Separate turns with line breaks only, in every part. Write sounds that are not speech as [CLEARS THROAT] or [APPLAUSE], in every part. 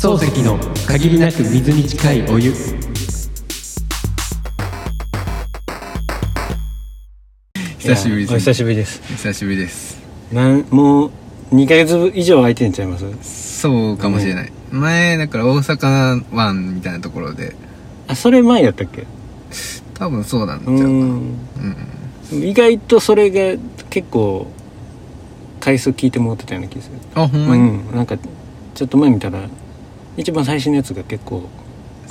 漱石の限りなく水に近いお湯
久しぶり
い
で
や
す
お久しぶりです
久しぶりです
なんもう2ヶ月以上空いてんちゃいます
そうかもしれない、前だから大阪湾みたいなところで
あそれ前やったっけ
多分そうなん
う
だよ、うん
ん意外とそれが結構回数聞いてもらってたような気がする、
あほん
う
まに、
ん、なんかちょっと前見たら一番最新のやつが結構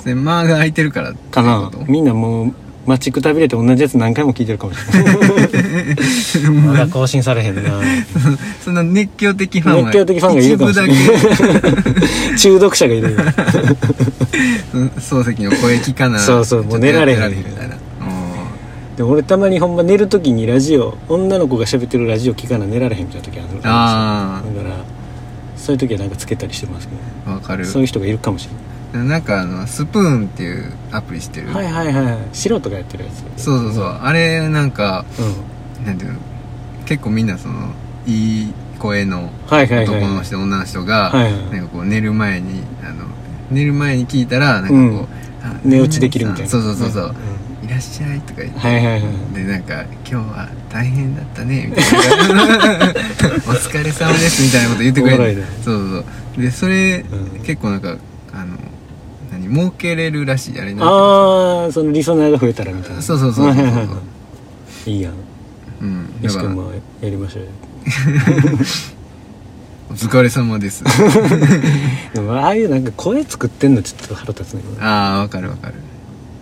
で間が空いてるから
かな
ってこと
みんなもう待ちくたびれて同じやつ何回も聞いてるかもしれない
[LAUGHS]
まだ更新されへんな
[LAUGHS] そんな熱狂的ファンは
熱狂的ファンがいるかもしれない
一部だけ
[LAUGHS] 中毒者がいるよ
うん漱石の声聞かな
[LAUGHS] そうそうもう寝られへん
ちょっとやってみたいなうん
で俺たまにほんま寝る時にラジオ女の子が喋ってるラジオ聞かな寝られへんみたいな時ある
あ
だからそういう時はなんかつけたりしてますけど、
あわかる
そういう人がいるかもしれない
なんかあのスプーンっていうアプリしてる、
はいはいはい素人がやってるやつ
そうそうそうあれなんか
うん
なんていうの結構みんなそのいい声の
はいはいはい
男の人、女の人が、
はいはい
なんかこう寝る前にあの寝る前に聞いたらなんかこう、
うん
あ
寝落ちできるみたいな
そうそうそうそう、
ん
いらっしゃいとか言って、
はいはいはい
でなんか「今日は大変だったね」みたいな「お疲れ様です」みたいなこと言ってくれ
おもろい
る
ね
そうそうそうでそれ、
うん
結構なんかあの何儲けれるらしいあれなんか
ああそのリソナーが増えたらみたいな
そうそうそうそうそう
はいはいはいいいやん
うんだ
西
か
君
ら
もやりましょうよ
「お疲れ様です」
でもああいうなんか声作ってんのちょっと腹立つねこれ
ああわかるわかる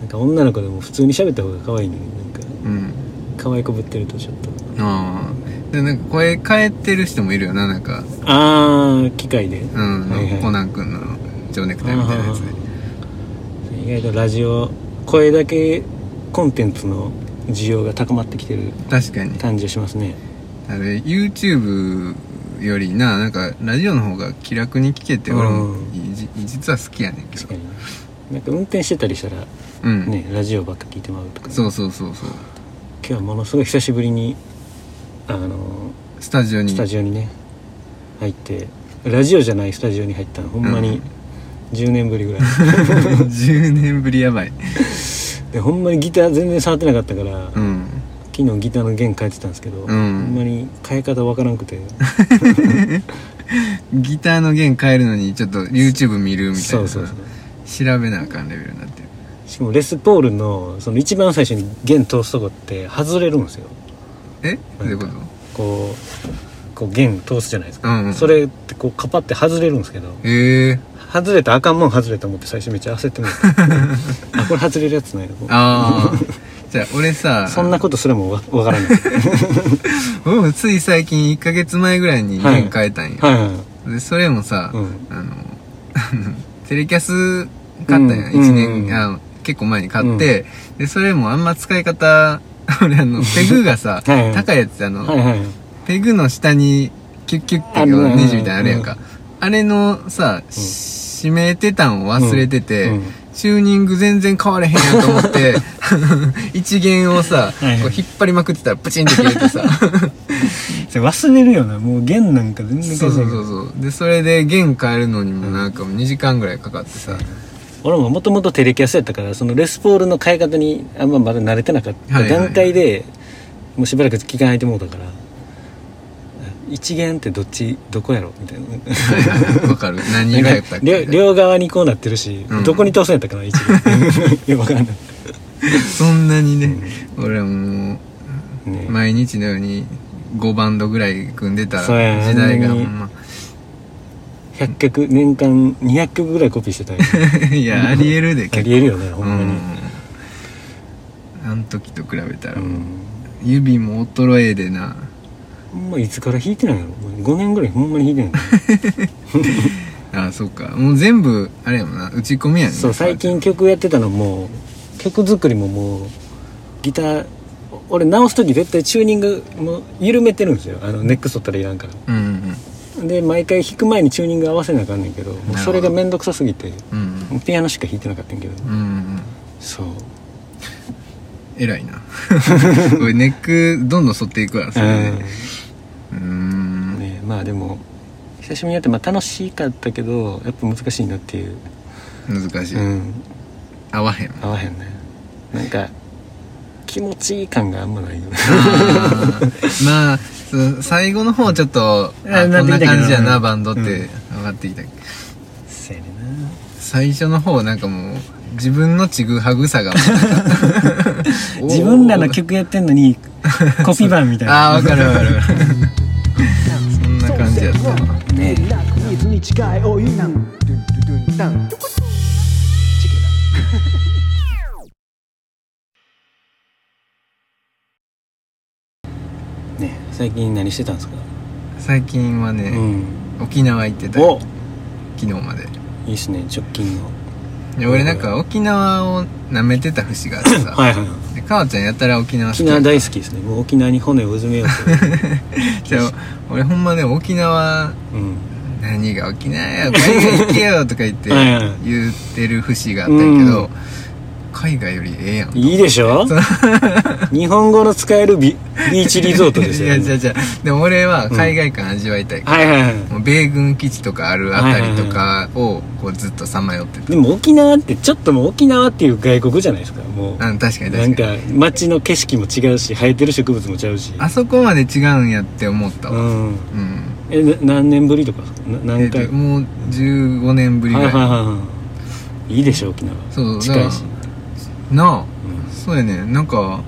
なんか女の子でも普通に喋った方が可愛いのになんか
うん
可愛いこぶってるとちょっと
ああでなんか声変えてる人もいるよななんか
ああ機械で
う
はい
ん
はい
コナン君の蝶ネクタイみたいなやつで
意外とラジオ声だけコンテンツの需要が高まってきてる
確かに
感じがしますね
あれ YouTube よりななんかラジオの方が気楽に聞けて
うん
俺もいじ実は好きやねんけ
確
ど
かになんか運転してたりしたら
うん、
ね、ラジオばっか聞いてもらうとか、
そう
今
そうそうそう
日はものすごい久しぶりにあの
スタジオに
ス
[LAUGHS]
タジオにね入ってラジオじゃないスタジオに入ったのほんま
う
に
ん
10年ぶり
[LAUGHS]
ぐらい
10年ぶりやばい
でほんまにギター全然触ってなかったから、
うん
昨日ギターの弦変えてたんですけど、
ん
ほんまに変え方わからん
[LAUGHS]
くて
ギターの弦変えるのにちょっと YouTube 見るみたいな
そうそうそう
調べなあかんレベルになってる
しかもレスポールのその一番最初に弦通すとこって外れるんですよ
えどういうこと
こうこう弦通すじゃないですか、
うんうん
それってこうカパって外れるんですけど
ええー、
外れたらあかんもん外れた思って最初めっちゃ焦ってもらった
[LAUGHS]
あこれ外れるやつないの
あ
[LAUGHS]
あじゃあ俺さ
そんなことすらもわわからないはい
俺もつい最近1ヶ月前ぐらいに弦変えたんよ、
はいはい
でそれもさ、
うん
あのテレキャス買ったんや、
うん
1
うんうん
年あ結構前に買って、でそれもあんま使い方 [LAUGHS] 俺あのペグがさ
[LAUGHS] はいはい
高いやつあの、
はいはい
ペグの下にキュッキュッって
あるね
いうネジみたいなのあるやんか、あれのさ、締めてたんを忘れてて、
うんうん
チューニング全然変われへんやと思って
[LAUGHS]
[LAUGHS] 一弦をさ
いはい
こう引っ張りまくってたらプチンって切れてさ
それ忘れるよなもう弦なんか全然
そうそうそうそうでそれで弦変えるのにもなんか2時間ぐらいかかってさ、
俺ももともとテレキャスやったからそのレスポールの買い方にあんままだ慣れてなかった
はいはい
段階でもうしばらく期間空いてもうたから一元ってどっちどこやろみたいな
わかる何がやったっけ
両両側にこうなってるし、
うん
どこに通すんやったかな一
[LAUGHS]
元よくわからんない、
そんなにね、俺はも
ね
う毎日のように5バンドぐらい組んでた時
そうやな
代が
あん
ほ
なに
ん
[LAUGHS]
ま
100曲年間200曲ぐらいコピーしてたんや
いやありえるで
あ
結
りえるよねほ
構
んまに、
うんあん時と比べたら
う
もうん指も衰えでな
ほんまいつから弾いてないやろ5年ぐらいほんまに弾いてない
あそっかもう全部あれやもんな打ち込みやね
[LAUGHS] そう最近曲やってたのも曲作りももうギター俺直す時絶対チューニングも緩めてるんですよあのネックス取ったらいらんから
うんうん
で毎回弾く前にチューニング合わせなあかんねんけどもうそれが面倒くさすぎて
うん
もうピアノしか弾いてなかったんやけど
うんうんうん
そう
偉いな [LAUGHS] 俺ネックどんどん反っていくわそれでう
うん
ーん
ねまあでも久しぶりにやって、まあ、楽しかったけどやっぱ難しいなっていう、
難しい、
うん、
合わへ [LAUGHS] ん
合わへんねなんか気持ちいい感があんまない [LAUGHS] よね
あーまあそう最後の方ちょっとあこん
あなって
な
きたけど
感じやなバンドっ
うん
て分かってきた
せやね
最初の方なんかもう自分のちぐはぐさが
[LAUGHS] んな自分らの曲やってん
[LAUGHS]
のにコピー版みたいな
あー分かる分かる [LAUGHS] 分かるそんな感じやったな
[LAUGHS] ね
水に近いお湯なんドゥンドゥドゥンダン
ね最近何してたんですか、
最近は
う
ね、
ん
沖縄行ってた
お
昨日まで
いいっすね直近の
で俺なんか沖縄を舐めてた節があって
[LAUGHS]
さ、
はいはい
でかおちゃんやったら沖縄好き
沖縄大好きですねもう沖縄に骨をうずめようという、
じゃあ俺ほんまね沖縄 [LAUGHS]
うん、
何が沖縄や海外行けよとか言って
はいはい
言ってる節があったんやけど、
うん
海外よりええやん
いいでしょ
[LAUGHS]
日本語の使えるビビーチリゾートです
い
よ、
やじゃじゃでも俺は海外感味わいたいから、
はいはいはい
もう米軍基地とかあるあたりとかをこうずっとさまよってた、
でも沖縄ってちょっともう沖縄っていう外国じゃないですかもう
うん、確かに
な
確
ん
かに
か街の景色も違うし生えてる植物も違うし
あそこまで違うんやって思った
う
わ
ん
うん、
えな何年ぶりとかですかな
え
何
っと
回は
もう15年ぶ
い
り
は
ぐ
い
ら
はい
い、
はいいいでしょ沖縄
そう
近いし、
なあ
うん
そうやねなんか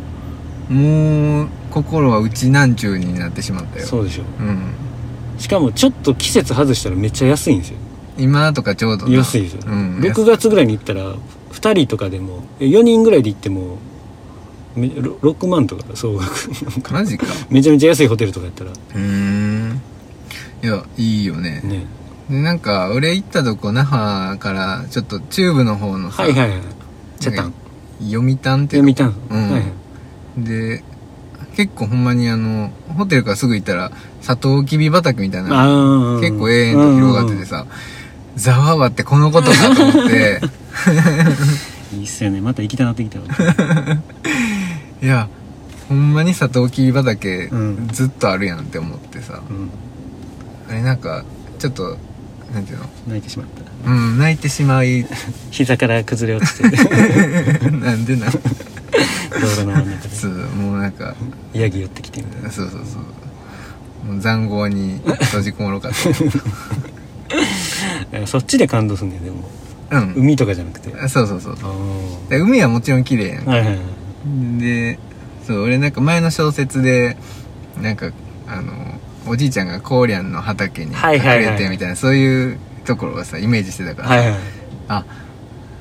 もう心はうちなんちゅうになってしまったよ
そうでしょ
うん
しかもちょっと季節外したらめっちゃ安いんですよ
今とかちょうどな
安いですよ、
うん、
6月ぐらいに行ったら2人とかでも4人ぐらいで行ってもめろ6万とか総額
安
[LAUGHS]
マジか
めちゃめちゃ安いホテルとかやったら
うーんいやいいよね
ね
でなんか俺行ったとこ那覇からちょっと中部の方のさ、
はいはいはいチャタン
読谷って
読
いう
みたん、
うん
はいはい
で結構ほんまにあのホテルからすぐ行ったらサトウキビ畑みたいな
ああ
結構永遠と広がっててさざわわってこのことかと思って
[LAUGHS] いいっすよねまた行きたなっ
[LAUGHS]
てきたわ
いやほんまにサトウキビ畑、
うん
ずっとあるやんって思ってさ
うん
あれなんかちょっとなんていうの
泣いてしまった
うん泣いてしまい [LAUGHS]
膝から崩れ落ちて道
なんでなん
路の真ん中で
そうもうなんか
ヤギ寄ってきてみたいな
そうそうそうもう塹壕に閉じこもろう
[LAUGHS]
かと
えそっちで感動すんねんでも
うん
海とかじゃなくてあ
そうそうそう
あは
で海はもちろん綺麗やん
いはいはい
でそう俺なんか前の小説でなんかあのおじいちゃんがコーリャンの畑に隠
はいはいは
れ
い
てみたいなそういうところをさイメージしてたから、
はいはい
あ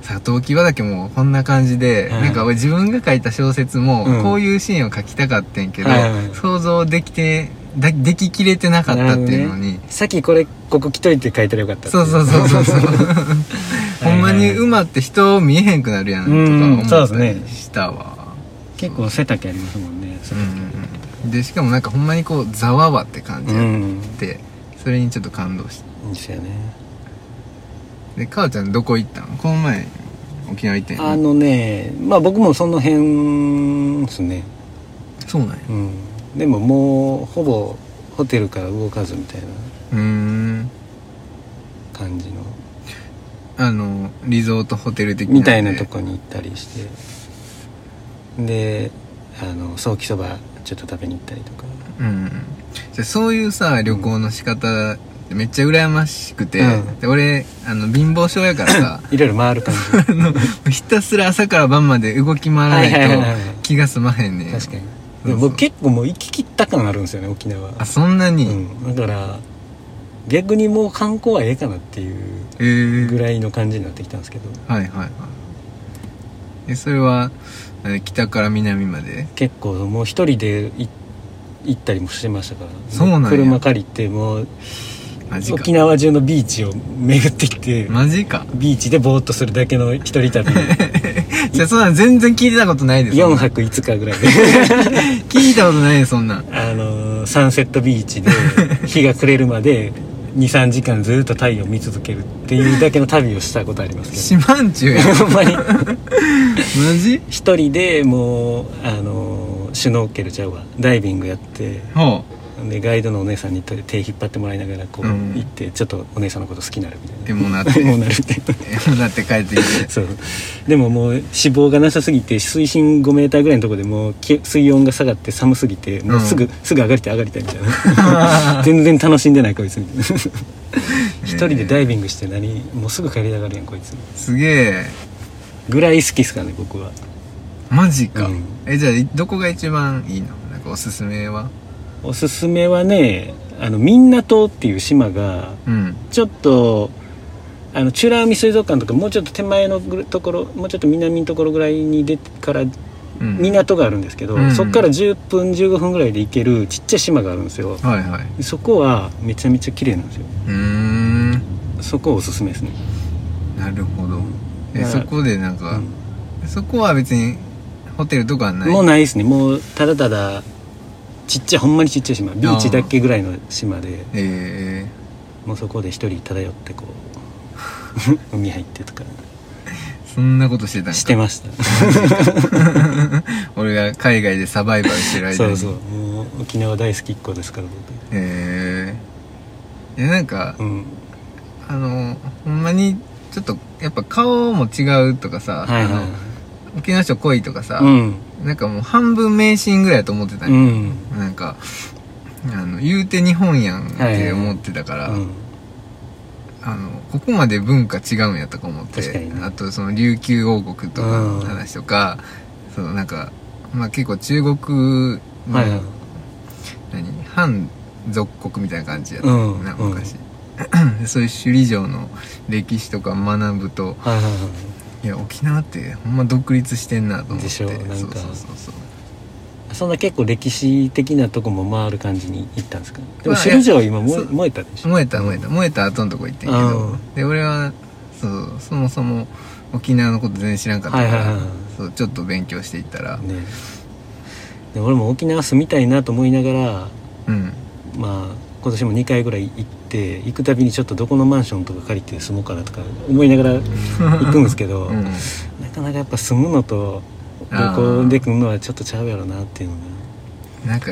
サトウキビ畑もこんな感じで、
はい
なんか俺自分が書いた小説も
うん
こういうシーンを書きたかってんけど、
はいはいはい
想像できてだでききれてなかったっていうの
なる
に、
ほどねさっきこれここ来といて書いたらよかったってい
そうそうそうそうそう [LAUGHS] ほんまに馬って人見えへんくなるやんとか思
うんそうで
っ
す
た
ね
りしたわ、
[LAUGHS] 結構背丈ありますもんね
うん、でしかもなんかほんまにこうざわわって感じ
う
やっ
ん
て、それにちょっと感動して
いいですよね
でかおちゃんどこ行ったのこの前沖縄行ってん
あのねまあ僕もその辺ですね
そうなんや
うんでももうほぼホテルから動かずみたいな
うーん
感じの
あのリゾートホテル的
みたいな
で
とこに行ったりしてであのソーキそばちょっと食べに行ったりとか
うんじゃあそういうさ旅行の仕方ってめっちゃ羨ましくて、
うん
で俺あの貧乏症やから
[COUGHS]
さ
いろいろ回る感じ
あのひたすら朝から晩まで動き回ら
はいはいはい
な
はい
いと気が済まへんねん
確かに
そう
で
そう
も僕結構もう行き切った感あるんですよね沖縄
あそんなに、
うん、だから逆にもう観光はええかなっていう
えー、
ぐらいの感じになってきたんですけど
はいはいはいえそれはえ北から南まで
結構もう一人でい行ったりもしてましたから
そうなんや
車借りてもう
マジか
沖縄中のビーチを巡ってきて、
マジか
ビーチでぼーっとするだけの一人
[LAUGHS]
旅
じゃあそんなん全然聞いてたことないです
4泊5日ぐ
[LAUGHS]
らいで
聞いたことないですそんなん
あのーサンセットビーチで日が暮れるまで23時間ずっと太陽見続けるっていうだけの旅をしたことあります
四万中
け
や [LAUGHS]
どほんまに
マジ
一人でもうあのーシュノーケルちゃうわダイビングやって
ほ
でガイドのお姉さんに手手引っ張ってもらいながらこう
うん
行って、ちょっとお姉さんのこと好きになるみたいな
エモ
[LAUGHS]
なって
エモなるみたいな
エモ [LAUGHS] なって帰ってきて
そうでももう脂肪がなさすぎて水深5メーターぐらいのところでもう気水温が下がって寒すぎてもうすぐ、
うん
すぐ上がりたい上がりたいみた
[LAUGHS]
いな全然楽しんでないこいつみたいな一人でダイビングして何もうすぐ帰りたがるやんこいつ
すげえ
ぐらい好きっすかね僕は
マジか、
うん
えじゃあいどこが一番いいのなんかおすすめは
おすすめはねあのミンナ島っていう島が
うん
ちょっとあのチュラ海水族館とかもうちょっと手前のぐところもうちょっと南のところぐらいに出てから
うん
港があるんですけど、
うん
そこから10分15分ぐらいで行けるちっちゃい島があるんですよ
はいはい
そこはめちゃめちゃ綺麗なんですよ
うーん
そこおすすめですね、
なるほどえ
まあ
そこでなんか、
う
そこは別にホテルとかはない
んもうないですねもうただただちっちゃいほんまにちっちゃい島ビーチだけぐらいの島で
え
もうそこで一人漂ってこう [LAUGHS] 海入ってとか
ー、そんなことしてたんか
してました
俺が海外でサバイバルしてる間に
[LAUGHS] そうそうもう沖縄大好きっ子ですから僕
えー、えなんか、
うん
あのほんまにちょっとやっぱ顔も違うとかさ、
はい
あ
は
の沖縄人濃いとかさ、
いうん
なんかもう半分迷信ぐらいだと思ってた
うん
よ、
ん
なんかあの言うて日本やんっ
はいはい
て思ってたから、
うん
あのここまで文化違うんやとか思っ
確か
て
にね
あとその琉球王国とかの話とか、そのなんか、まあ、結構中国の、
はいはい
何反属国みたいな感じやった、
うん
な
うん
昔、 [CLEARS THROAT] でそういう首里城の歴史とか学ぶと
はいはいはい
や沖縄ってほんま独立してんなと思って
でしょなんか
そうそうそうそう
いそんな結構歴史的なとこも回る感じに行ったんですかで
まあ
も首里城は今
そ
燃え
う
燃えたでしょ
燃えた燃えた燃えた後のとこ行ってんけ
う
ど
ん
で俺はそうそもそも沖縄のこと全然知らんかった
はい
か
はい
ら
はい
そうちょっと勉強していったら
ねで俺も沖縄住みたいなと思いながら
うん
まあ今年も2回ぐらい行って行くたびにちょっとどこのマンションとか借りて住もうかなとか思いながら行くんですけど、
うん
なかなかやっぱ住むのと旅行で来るのはちょっとちゃうやろなっていうの
なんか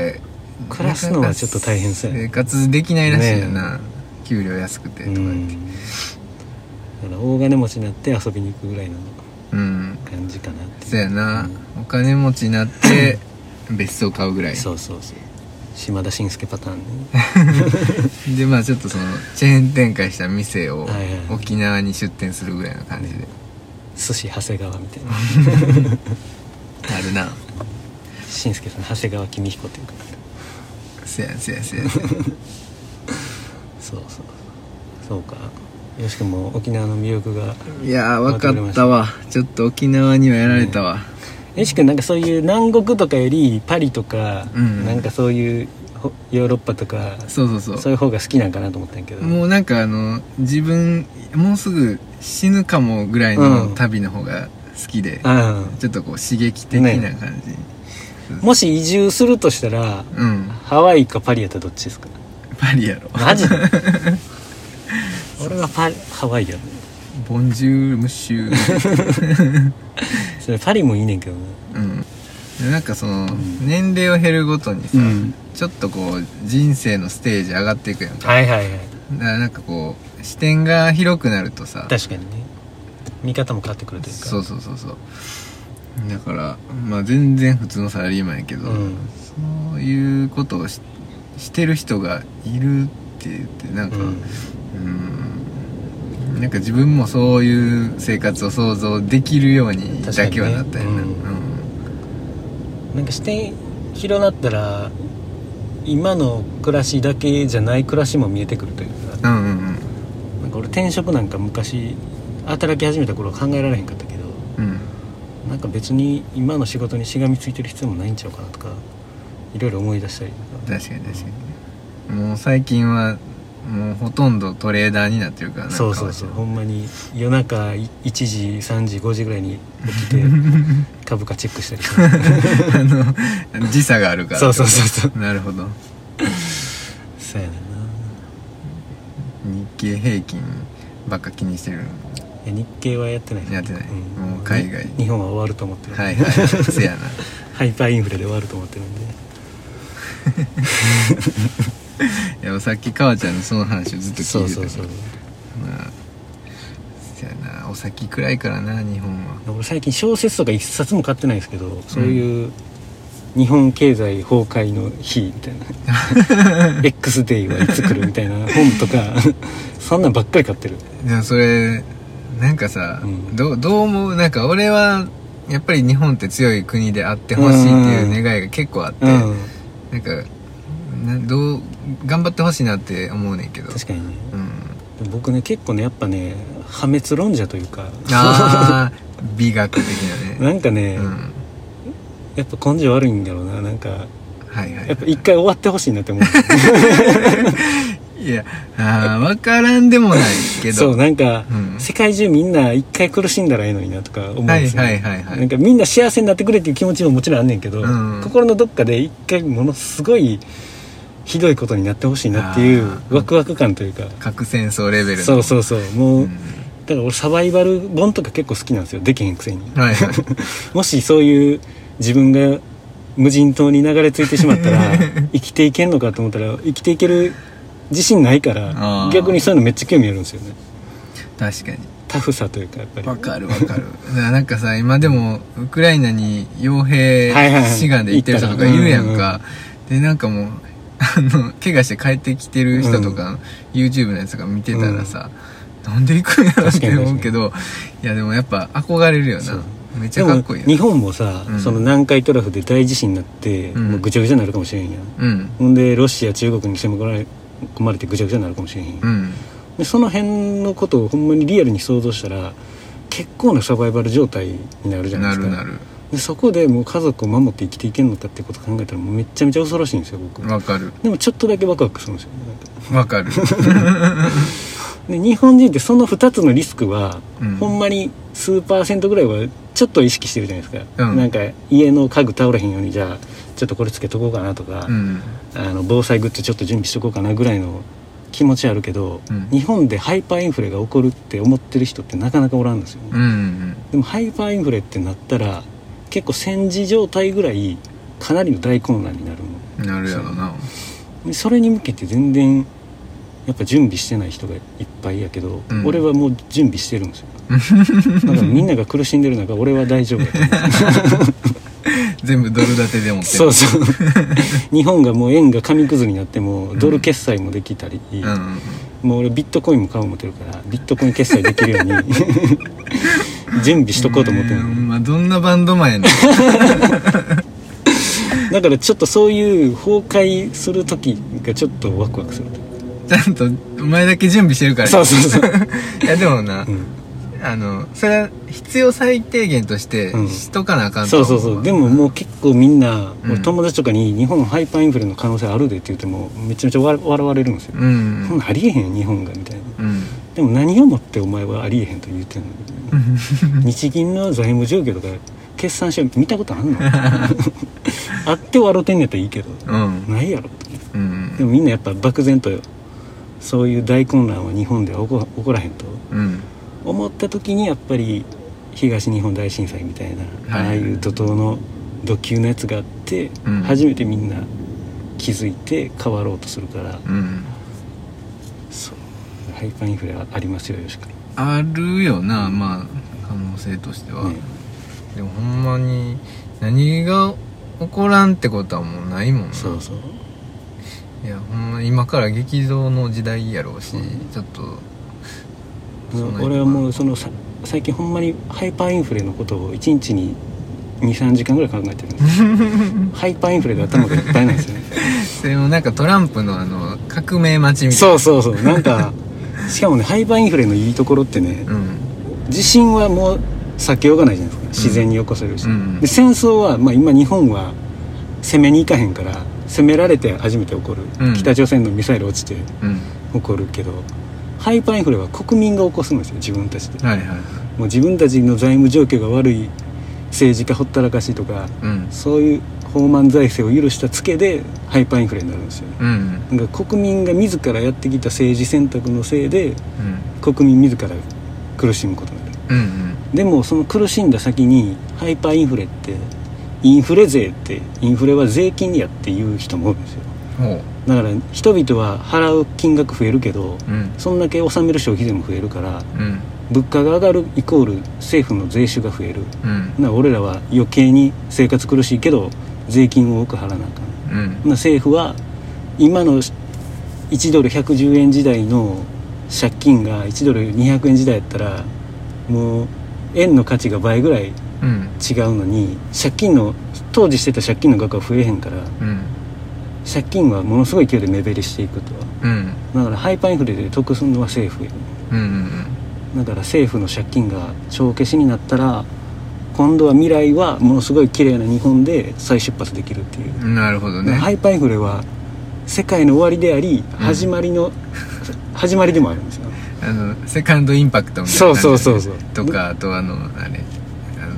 暮らすのはちょっと大変そうやね
生活できないらしいよな
ね
給料安くて
が、
とか
う
言っ
ん
て
だから大金持ちになって遊びに行くぐらいの
うん
感じかなってい
そうやな、お金持ちになって別荘買うぐらい
そうそうそう島田紳介パターンね
[LAUGHS] でまあちょっとそのチェーン展開した店を
はいはい
沖縄に出店するぐらいの感じで、
寿司長谷川み
[LAUGHS]
たい
あ
な
るな
紳介さん長谷川公彦っていうか
せやせやせやせや
そうそうそうかよしくも沖縄の魅力が
いやー分かったわちょっと沖縄にはやられたわ、
よしくんなんかそういう南国とかよりパリとか、
うん
なんかそういうほヨーロッパとか
そうそうそう
そういう方が好きなんかなと思ったんやけど
もうなんかあの自分もうすぐ死ぬかもぐらいの旅の方が好きで、
あ
ちょっとこう刺激的な感じ、
あもし移住するとしたら
うん
ハワイかパリやったらどっちですか
パリやろ
マ
[LAUGHS]
ジ俺はパリハワイやね
ボンジュールムッシ
[LAUGHS]
ュー
それパリもいいねんけどな
うんでなんかその年齢を減るごとにさ、
うん
ちょっとこう人生のステージ上がっていくやんか
はいはいはい
だからなんかこう視点が広くなるとさ
確かにね見方も変わってくるというか
そうそうそうそうだからまあ全然普通のサラリーマンやけど、
うん
そういうことをししてる人がいるって言ってなんか、
うん
うんなんか自分もそういう生活を想像できるようにだけはなったよな、
確か
うん
なんか視点広なったら今の暮らしだけじゃない暮らしも見えてくるという
う
か
んうん
なんか俺転職なんか昔働き始めた頃は考えられへんかったけど
うんうん
なんか別に今の仕事にしがみついてる必要もないんちゃうかなとかいろいろ思い出したりとか
確かに確かにもう最近はもうほとんどトレーダーになってるからな
そうそうそうほんまに夜中い1時3時5時ぐらいに起
[LAUGHS]
きて株価チェックしたりとか
[LAUGHS] あの時差があるから
そうそうそうそう
なるほど
そうやねん
日経平均ばっか気にしてるの
ないや日経はやってない
やってない
うん
もう海外
に日本は終わると思ってる
はいはい [LAUGHS] せやな
ハイパーインフレで終わると思ってるんで
いやさっきかわちゃんのその話をずっと
そ
聞いうてた
そ
から
うそう
まあそやなお先暗いからな日本は
俺最近小説とか一冊も買ってないですけどそういう日本経済崩壊の日みたい
[LAUGHS]
な X デイはいつ来るみたいな本とかそんなんばっかり買ってる
でもそれなんかさ、
うん
どうどう思うなんか俺はやっぱり日本って強い国であってほしいっていう願いが結構あって、
うん
なんかなどう頑張ってほしいなって思うねんけど
確かにね
うん
僕ね結構ねやっぱね破滅論者というか
ああ美学的なね
[LAUGHS] なんかね、
うん
やっぱ根性悪いんだろうななんか
はいはい
やっぱ一回終わってほしいなって思う
いやあ分からんでもないけど
[LAUGHS] そうなんか、
うん
世界中みんな一回苦しんだらええのになとか思うん
は
で
い
すよ、
はいはいは
なん
い
かみんな幸せになってくれっていう気持ちももちろんあんねんけど、
うん
心のどっかで一回ものすごいひどいことになってほしいなっていう
あー
ワクワク感というか、
核戦争レベルの
そうそうそうもう、
うん
だから俺サバイバル本とか結構好きなんですよできへんくせに
はいはい
[LAUGHS] もしそういう自分が無人島に流れ着いてしまったら
[LAUGHS]
生きていけんのかと思ったら生きていける自信ないから
あー
逆にそういうのめっちゃ興味あるんですよね
確かに
タフさというかやっぱり
わかるわかるななんかさ今でもウクライナに傭兵
はいはいはい
志願で行ってる人とかいるやんかでなんかもうあの怪我して帰ってきてる人とか、YouTube のやつとか見てたらさ、なんで行くんやろっ
確かに
て思うけどいやでもやっぱ憧れるよ
そう
なめっち
で
ゃかっ
も
こいいよ
日本もさ、
うん
その南海トラフで大地震になって、
うん
もうぐちゃぐちゃになるかもしれんやん
うん
ほんでロシア中国に攻め込まれてぐちゃぐちゃになるかもしれへんやん、
うん
でその辺のことをほんまにリアルに想像したら結構なサバイバル状態になるじゃない
な
ですか
るなる
でそこでもう家族を守って生きていけんのかってこと考えたらもうめちゃめちゃ恐ろしいんですよ僕
わかる
でもちょっとだけワクワクするんですよなんか
わかる
で日本人ってその2つのリスクは、
うん
ほんまに数パーセントぐらいはちょっと意識してるじゃないですか、
うん
なんか家の家具倒れへんようにじゃあちょっとこれつけとこうかなとか、
うん
あの防災グッズちょっと準備しとこうかなぐらいの気持ちあるけど、
うん
日本でハイパーインフレが起こるって思ってる人ってなかなかおらんですよね、
うんうん
でもハイパーインフレってなったら結構戦時状態ぐらいかなりの大混乱になるの
なるやろな
でそれに向けて全然やっぱ準備してない人がいっぱいやけど、
うん
俺はもう準備してるんですよだからみんなが苦しんでる中俺は大丈夫やと思う
全部ドル建てでもって
そうそう [LAUGHS] 日本がもう円が紙くずになってもドル決済もできたり、
うんうんうん
もう俺ビットコインも買おう思ってるからビットコイン決済できるように準備しとこうと思ってる
ねえまあどんなバンドマンやねん
だからちょっとそういう崩壊する時がちょっとワクワクする
ちゃんとお前だけ準備してるから
そうそうそう、
いやでもな、
うん
あのそれは必要最低限として
うん
しとかなあかんと
そう
思
そうそうでももう結構みんな、
うん
俺友達とかに「日本ハイパーインフレの可能性あるで」って言ってもめちゃめちゃわ笑われるんですよ、
うん
そんなんありえへん日本がみたいな
うん
でも何をもってお前はありえへんと言ってんのみたいな日銀の財務状況とか決算書見たことあ
[LAUGHS]
んのあって笑ってんねやったらいいけど
うん
ないやろと
う
で
ん
もみんなやっぱ漠然とそういう大混乱は日本では起こ起こらへんと
うん
思った時にやっぱり東日本大震災みたいな、
はい
ああいう怒涛の土級のやつがあって、
うん
初めてみんな気づいて変わろうとするから、
うん
そうハイパーインフレはありますよよしか
あるよなまあ可能性としては、
ね
でもほんまに何が起こらんってことはもうないもんな
そうそう
いやほんま今から激動の時代やろうし、
うん
ちょっと
もう俺はもうそのさ最近ほんまにハイパーインフレのことを1日に23時間ぐらい考えてるんで
[LAUGHS]
すハイパーインフレで頭がいっぱいなんですよね
それもなんかトランプのあの革命待ちみたいな
そうそうそうなんかしかもねハイパーインフレのいいところってね、
うん
地震はもう避けようがないじゃないですか自然に起こされるし、
うん
で戦争は、まあ、今日本は攻めに行かへんから攻められて初めて起こる、
うん
北朝鮮のミサイル落ちて
うん
起こるけどハイパーインフレは国民が起こすんですよ自分たちで、
はいはいはい
もう自分たちの財務状況が悪い政治家ほったらかしとか
うん
そういう放満財政を許したツケでハイパーインフレになるんですよね
うん
なんか国民が自らやってきた政治選択のせいで
うん
国民自ら苦しむことになる
うん
でもその苦しんだ先にハイパーインフレってインフレ税ってインフレは税金やっていう人も多いんですよ
ほ
だから人々は払う金額増えるけど
ううん
そんだけ納める消費税も増えるから
うん
物価が上がるイコール政府の税収が増える
うん
な俺らは余計に生活苦しいけど税金を多く払わなあかん
うん
な政府は今の1ドル110円時代の借金が1ドル200円時代やったらもう円の価値が倍ぐらい違う
うん
のに借金の当時してた借金の額は増えへんから
うん
借金はものすごい勢いで目減りしていくとは
うん
だからハイパーインフレで得するのは政府やね
うんうん
だから政府の借金が帳消しになったら今度は未来はものすごい綺麗な日本で再出発できるっていう
うんなるほどね
ハイパイフレは世界の終わりであり始まりの、始まりでもあるんですよ
あのセカンドインパクトみたいな感
そう
じ
そうそうそう
とかあとあのあれあの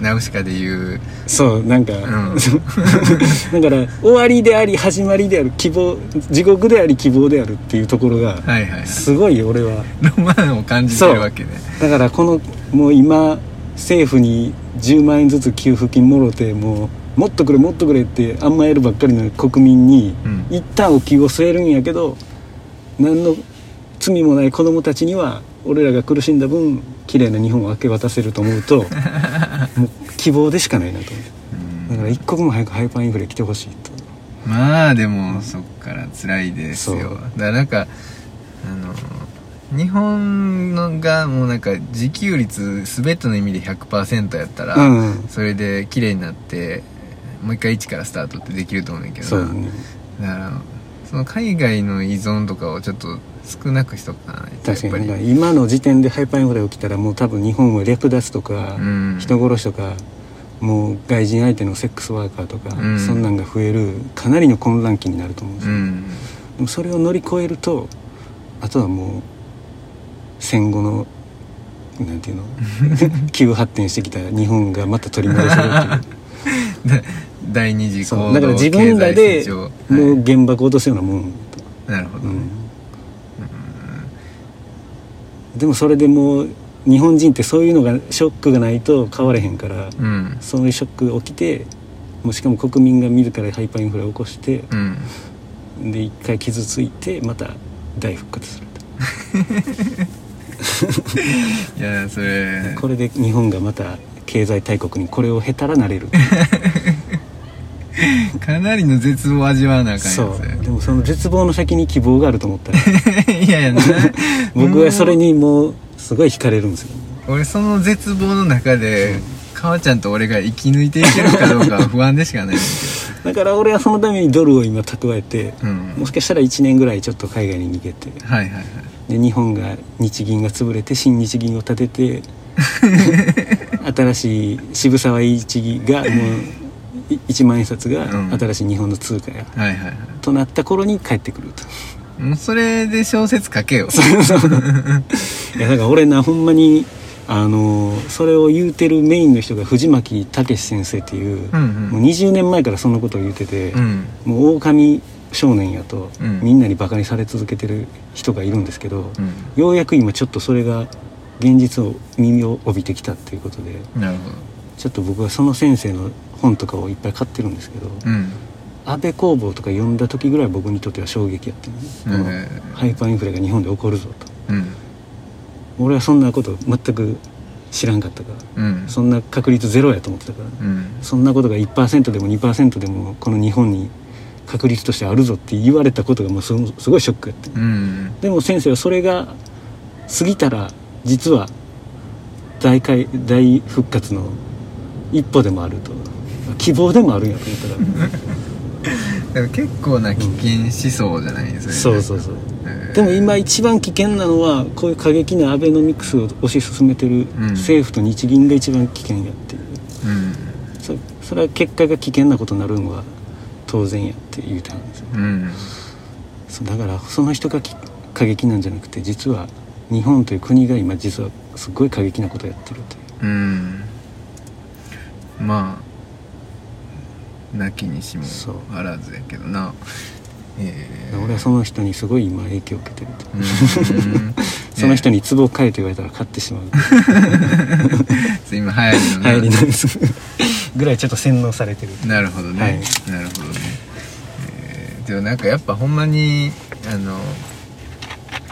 ナウシカで言う
そうなんか、 [LAUGHS]
ん
だから終わりであり始まりである希望地獄であり希望であるっていうところが
はいはい、はい、
すごい俺は
ロマンを感じてるわけね
だからこのもう今政府に10万円ずつ給付金もろてもうもっとくれもっとくれって甘えるばっかりの国民に、
うん
一旦お灸を据えるんやけど何の罪もない子供たちには俺らが苦しんだ分綺麗な日本を明け渡せると思
[LAUGHS]
うともう希望でしかないなと思うだから一刻も早くハイパーインフレ来てほしいと
まあでもそっから辛いです
そ
よ
う
だからなんかあの日本のがもうなんか自給率全ての意味で100%やったら、
うん
それで綺麗になってもう一回一からスタートってできると思うんだけ
そ
ど
う
な
だね
だからその海外の依存とかをちょっと少なくしとかないと
確かにだ
や
か
っ
ら今の時点でハイパーインフレ起きたらもう多分日本は略奪とか
ぱり、うん
人殺しとかもう外人相手のセックスワーカーとか、
うん
そんなんが増えるかなりの混乱期になると思うんです
う
よ、
ん
でもそれを乗り越えるとあとはもう戦後のなん
[LAUGHS]
ていうの急発展してきた日本がまた取り戻せるっていう
だ第二 [LAUGHS] 次
そ
行
うだから
動
自
経
分ら
済成
で
長
も
はいう
原爆落とすようなもん、
なるほ
う
どね
んでもそれでもう日本人ってそういうのがショックがないと変われへんから、
うん
そういうショック起きてもうしかも国民が自らハイパーインフレを起こして
うん
で一回傷ついてまた大復活すると
いやそれ
これで日本がまた経済大国にこれを経たらなれる
かなりの絶望を味わわなあかんや
そうでもその絶望の先に希望があると思った [LAUGHS] ら
つ [LAUGHS] いやいやな
[LAUGHS] 僕はそれにもうすごい惹かれるんですよ
俺その絶望の中でかわちゃんと俺が生き抜いていけるかどうかは不安でしかないんだ
だから俺はそのためにドルを今蓄えて
けどうん
もしかしたら1年ぐらいちょっと海外に逃げて
はいはいはい
で日本が日銀が潰れて新日銀を立
[LAUGHS]
てて新しい渋沢栄一がもうい一万円札が
うん
新しい日本の通貨や、
はいはいは
となった頃に帰ってくると
いもうそれで小説書
[LAUGHS]
けよ
いやだから俺なほんまにあのそれを言うてるメインの人が藤巻武先生っていう,、
うんう
もうん20年前からそのことを言うてて、
うん
もう狼少年やと、
うん
みんなにバカにされ続けてる人がいるんですけど、
うん
ようやく今ちょっとそれが現実を耳を帯びてきたっていうことで
なるほど
ちょっと僕はその先生の本とかをいっぱい買ってるんですけど
うん
安倍工房とか読んだ時ぐらい僕にとっては衝撃やってる、ね
へえ
ハイパーインフレが日本で起こるぞと
うん
俺はそんなこと全く知らんかったから
うん
そんな確率ゼロやと思ってたから、
うん
そんなことが1%でも2%でもこの日本に確率としてあるぞって言われたことがもうすごすごいショックやって、
うん
でも先生はそれが過ぎたら実は大会大復活の一歩でもあると希望でもあるんやと思ったら
でも結構な危険思想じゃないです
[LAUGHS] そうそうそう
う
でも今一番危険なのはこういう過激なアベノミクスを推し進めてる
うん
政府と日銀が一番危険やっていう、
うん
そそれは結果が危険なことになるのは当然やって言うてはるんですよ
うん
そうだからその人がき過激なんじゃなくて実は日本という国が今実はすごい過激なことをやってるという
うんまあなきにしも
そう
あらずやけどなえ
俺はその人にすごい今影響を受けてると、
えー、
その人に壺を買えと言われたら買ってしまう
うん今流行りの
流行り
ね
なんですぐらいちょっと洗脳されてる
なるほどね、
はい
なるほどね、えーでもなんかやっぱほんまにあの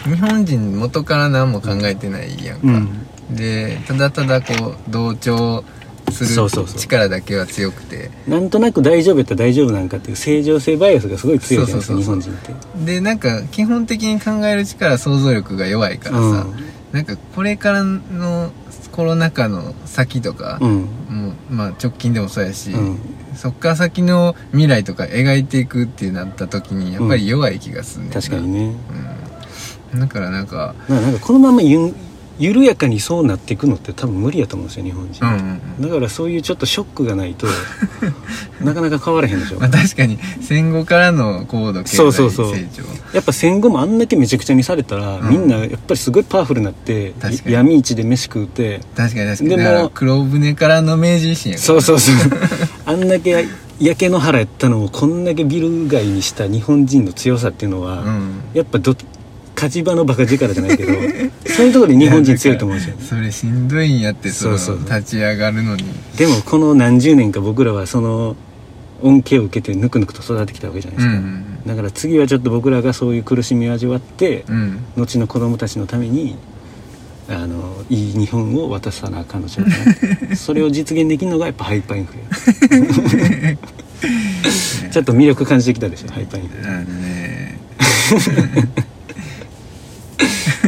日本人元から何も考えてないやんか、
うん
でただただこう同調す
そ
る
うそうそう
力だけは強くて
なんとなく大丈夫やったら大丈夫なんかっていう正常性バイアスがすごい強いじゃないです
そう
か日
そう
本
そ
人って
でなんか基本的に考える力想像力が弱いからさ、なんかこれからのコロナ禍の先とか、
うんうん
もうまあ直近でもそうやし、
うん
そっから先の未来とか描いていくってなった時にやっぱり弱い気がするねんな、
確かにね
うん、だからなんか
まあなんかこのままゆ緩やかにそうなっていくのって多分無理やと思うんですよ日本人、
うんうんうん
だからそういうちょっとショックがないとなかなか変わらへんでしょ
まあ確かに戦後からの高度経済成長
そうそうそうやっぱ戦後もあんだけめちゃくちゃにされたら、
うん
みんなやっぱりすごいパワフルになって
確かに
闇市で飯食うて
確かに確かに
でも
だから黒船からの明治維新やから
そうそ
[LAUGHS]
うそうあんだけ焼け野原やったのをこんだけビル街にした日本人の強さっていうのは、
うん
やっぱど火事場のバカ力じ
[LAUGHS]
ゃないけどそういうところで日本人強いと思うんですよ
それしんどいんやってその
そうそう
立ち上がるのに
でもこの何十年か僕らはその恩恵を受けてぬくぬくと育ってきたわけじゃないですか、だから次はちょっと僕らがそういう苦しみを味わって、
うんうん
後の子供たちのためにあのいい日本を渡さなあかんのちゃうか
[LAUGHS]
なそれを実現できるのがやっぱハイパーインフレ
[LAUGHS]
ちょっと魅力感じてきたでしょハイパーインフ
うんあのね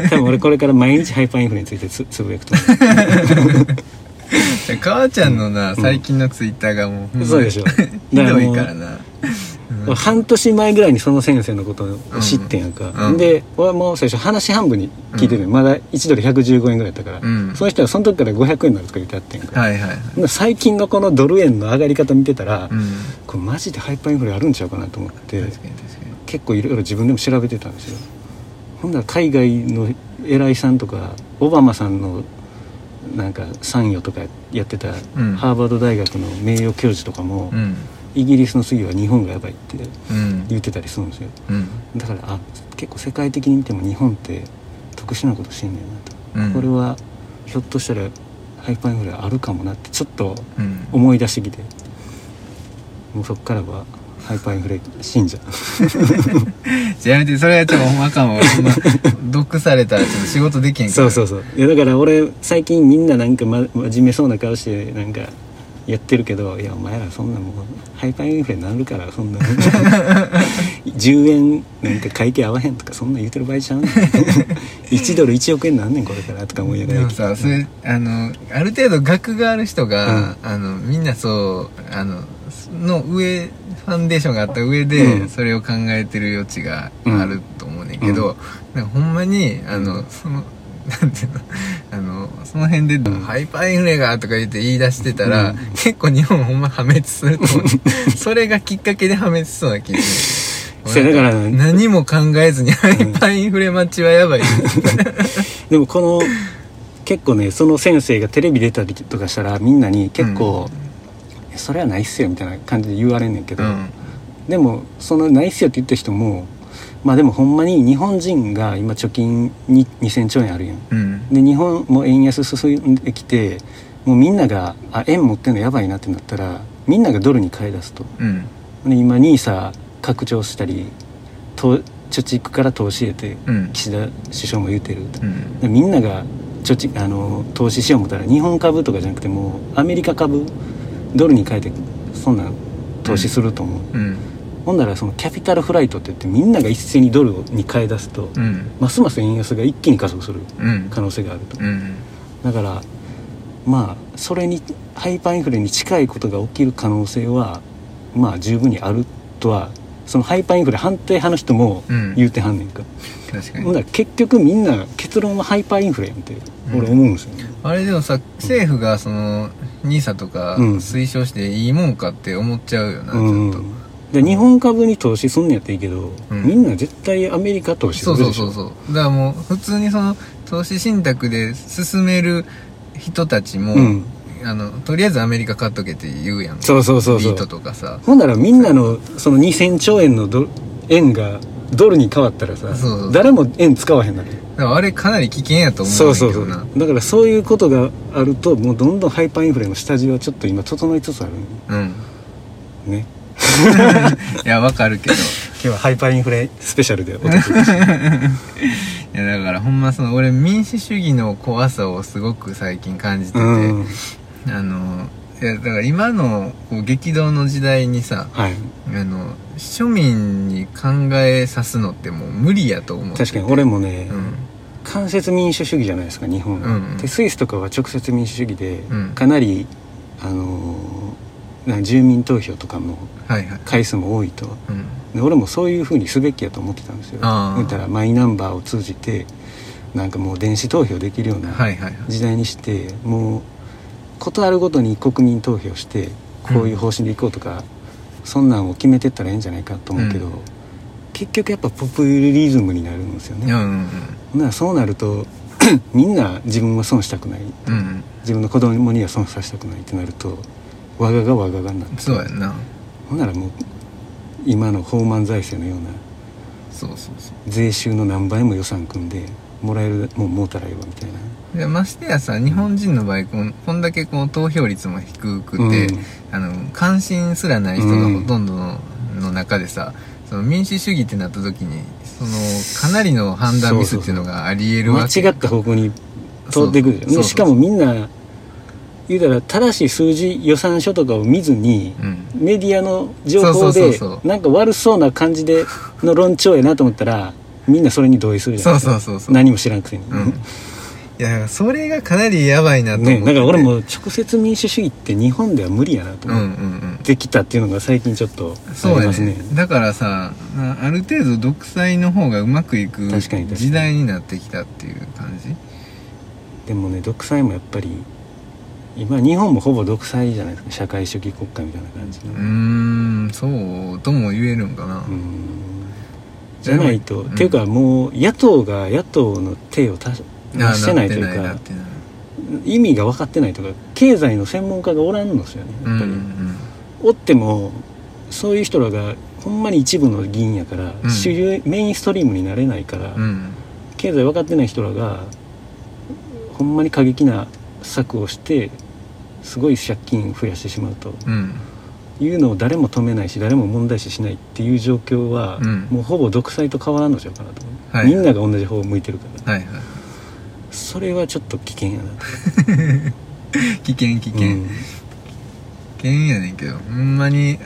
レ多分俺これから毎日ハイパーインフレについてつつぶやくと思
じゃあ母ちゃんのな、最近のツイッターがもうほんまに
うそうでしょ
ひどいからな
俺半年前ぐらいにその先生のことを知ってんやんか、
うんうん
で俺はもう最初話半分に聞いてる、まだ1ドル115円ぐらいだったから、
うん
その人はその時から500円になるとか言ってあってんやんか、
はいはいはい、
ほんなら最近のこのドル円の上がり方見てたら、
うん、
これマジでハイパーインフレあるんちゃうかなと思っ
確か
て
に確かに
結構いろいろ自分でも調べてたんですよほんなら海外の偉いさんとかオバマさんのなんか参与とかやってた、
うん
ハーバード大学の名誉教授とかも、
うん
イギリスの次は日本がやばいって
うん
言ってたりするんですよ
うん
だからあ結構世界的に見ても日本って特殊なことしてんねんな
う
と、
ん
これはひょっとしたらハイパーインフレあるかもなってちょっと
うん
思い出してきてもうそっからはハイパーインフレ信者
じゃあやめてそれはちょっとほんまあ
[LAUGHS]
かんわほんま毒されたらちょっと仕事できへんか
そ
ら
うそうそういやだから俺最近みんななんか、ま、真面目そうな顔してなんかやってるけどいやお前らそんなもうハイパーインフレになるからそんな10円なんか会計合わへんとかそんな言うてる場合ちゃうねん1ドル1億円なんねんこれからとか思いなが
で
ら
もさそれあのある程度額がある人が、
う
あのみんなそうあのの上ファンデーションがあった上で、
うん
それを考えてる余地があると思うねんけど、なんかほんまにあのそのなんていうの [LAUGHS] あのその辺で、ハイパーインフレが」とか言って言い出してたら、
うん
結構日本ほんま破滅すると思
[LAUGHS]
うそれがきっかけで破滅しそうな気がする
そうやだから
何も考えずにハイパーインフレ待ちはやばい、
でもこの結構ねその先生がテレビ出たりとかしたらみんなに結構「いやそれはないっすよ」みたいな感じで言われんねんけ
う
ど、
ん
でもその「ないっすよ」って言った人もまあでもほんまに日本人が今貯金に2,000兆円あるやん。
うん
で日本も円安進んできてもうみんながあ円持ってんのやばいなってなったらみんながドルに買い出すと。
うん
で今 NISA 拡張したりと貯蓄から投資へて
うん
岸田首相も言うてる。
うん
でみんなが貯蓄あの投資しよう思ったら日本株とかじゃなくてもうアメリカ株ドルに変えてそんなん投資すると思う、
うん
ほんならそのキャピタルフライトって言ってみんなが一斉にドルに買い出すと、
うん
ますます円安が一気に加速する
うん
可能性があると、
うん
だからまあそれにハイパーインフレに近いことが起きる可能性はまあ十分にあるとはそのハイパーインフレ反対派の人も
うん
言うてはんねんか、
確か
ほん
に
なら結局みんな結論はハイパーインフレやんって俺思うんですよね、
あれでもさ政府がその NISA とか
うん
推奨していいもんかって思っちゃうよなち
う
ょ
ん
っと
で日本株に投資すんのやったらいいけど、
うん
みんな絶対アメリカ投資す
そ
る
うそう
でし
そ
ょ
うそうだからもう普通にその投資信託で進める人たちも
うん
あのとりあえずアメリカ買っとけって言うやん
そうそうそうそ
ビ
う
ートとかさ
ほんならみんなのその2000兆円のド円がドルに変わったらさ
そうそう
誰も円使わへんなる
だからあれかなり危険やと思
そう
だけ
うんそうそ
ど
う
な
だからそういうことがあるともうどんどんハイパーインフレの下地はちょっと今整いつつある
うん
ね
いやわかるけど
今日はハイパーインフレスペシャルでお届け
いやだからほんまその俺民主主義の怖さをすごく最近感じてて、
うん
あのいやだから今のこう激動の時代にさ
はい
あの庶民に考えさすのってもう無理やと思う
確かに俺もね、
うん
間接民主主義じゃないですか日本は、
うんうん
でスイスとかは直接民主主義で、
うん
かなりあのーな住民投票とかも
はいはい
回数も多いと
うん
で俺もそういうふうにすべきやと思ってたんですよ
あー
言ったらマイナンバーを通じてなんかもう電子投票できるような
はいはいはい
時代にして、もうことあるごとに国民投票してこういう方針でいこうとか、そんなんを決めてったらええんじゃないかと思うけど、
うん
結局やっぱポピュリズムになるんですよ
うん
ね。
うん
ほんならそうなると [CLEARS THROAT] みんな自分は損したくない
うんうん
自分の子供には損させたくないってなるとわががわががになって
そうやんな
ほんならもう今の法満財政のような
そうそうそう
税収の何倍も予算組んでもらえるもうもうたらええわみたいな。
でましてやさ日本人の場合こんこんだけこう投票率も低くて、
うん
あの関心すらない人がほとんどの,、中でさその民主主義ってなった時にそのかなりの判断ミスっていうのがありえる
間
わけ
違った方向に通ってく
そ
る
うそうそう
しかもみんな言うたら正しい数字予算書とかを見ずに、
うん
メディアの情報
そうそう
で
そうそう
なんか悪そうな感じでの論調やなと思ったらみんなそれに同意するじゃ
そう
ないですか
そうそうそう
何も知らなくてに、
うんいやだからそれがかなりやばいなと思って
ね、だから俺も直接民主主義って日本では無理やなと
うんうんう
思っ
ん
てきたっていうのが最近ちょっとあ
そう
り
や
ます
ね
ね
だからさなある程度独裁の方がうまくいく
確かに確かに
時代になってきたっていう感じ
でもね独裁もやっぱり今日本もほぼ独裁じゃないですか社会主義国家みたいな感じの、
うーんそうとも言えるんかな、
うんじゃないと、
うん
っていうかもう野党が野党の手を出し出
あ
してないという
なってなな
か
ってない
意味が分かってないとか経済の専門家がおらんのですよね
うん
やっ
う
ぱり、
ん
おってもそういう人らがほんまに一部の議員やから、
うん
主流メインストリームになれないから、
うん
経済分かってない人らがほんまに過激な策をしてすごい借金増やしてしまうと
うん
いうのを誰も止めないし誰も問題視しないっていう状況は、
うん
もうほぼ独裁と変わらんのちゃうかなと、
はい
みんなが同じ方を向いてるから
はいは
それはちょっと危険やなと、
い危険危険、
う
危険やねんけどほんまに
ん、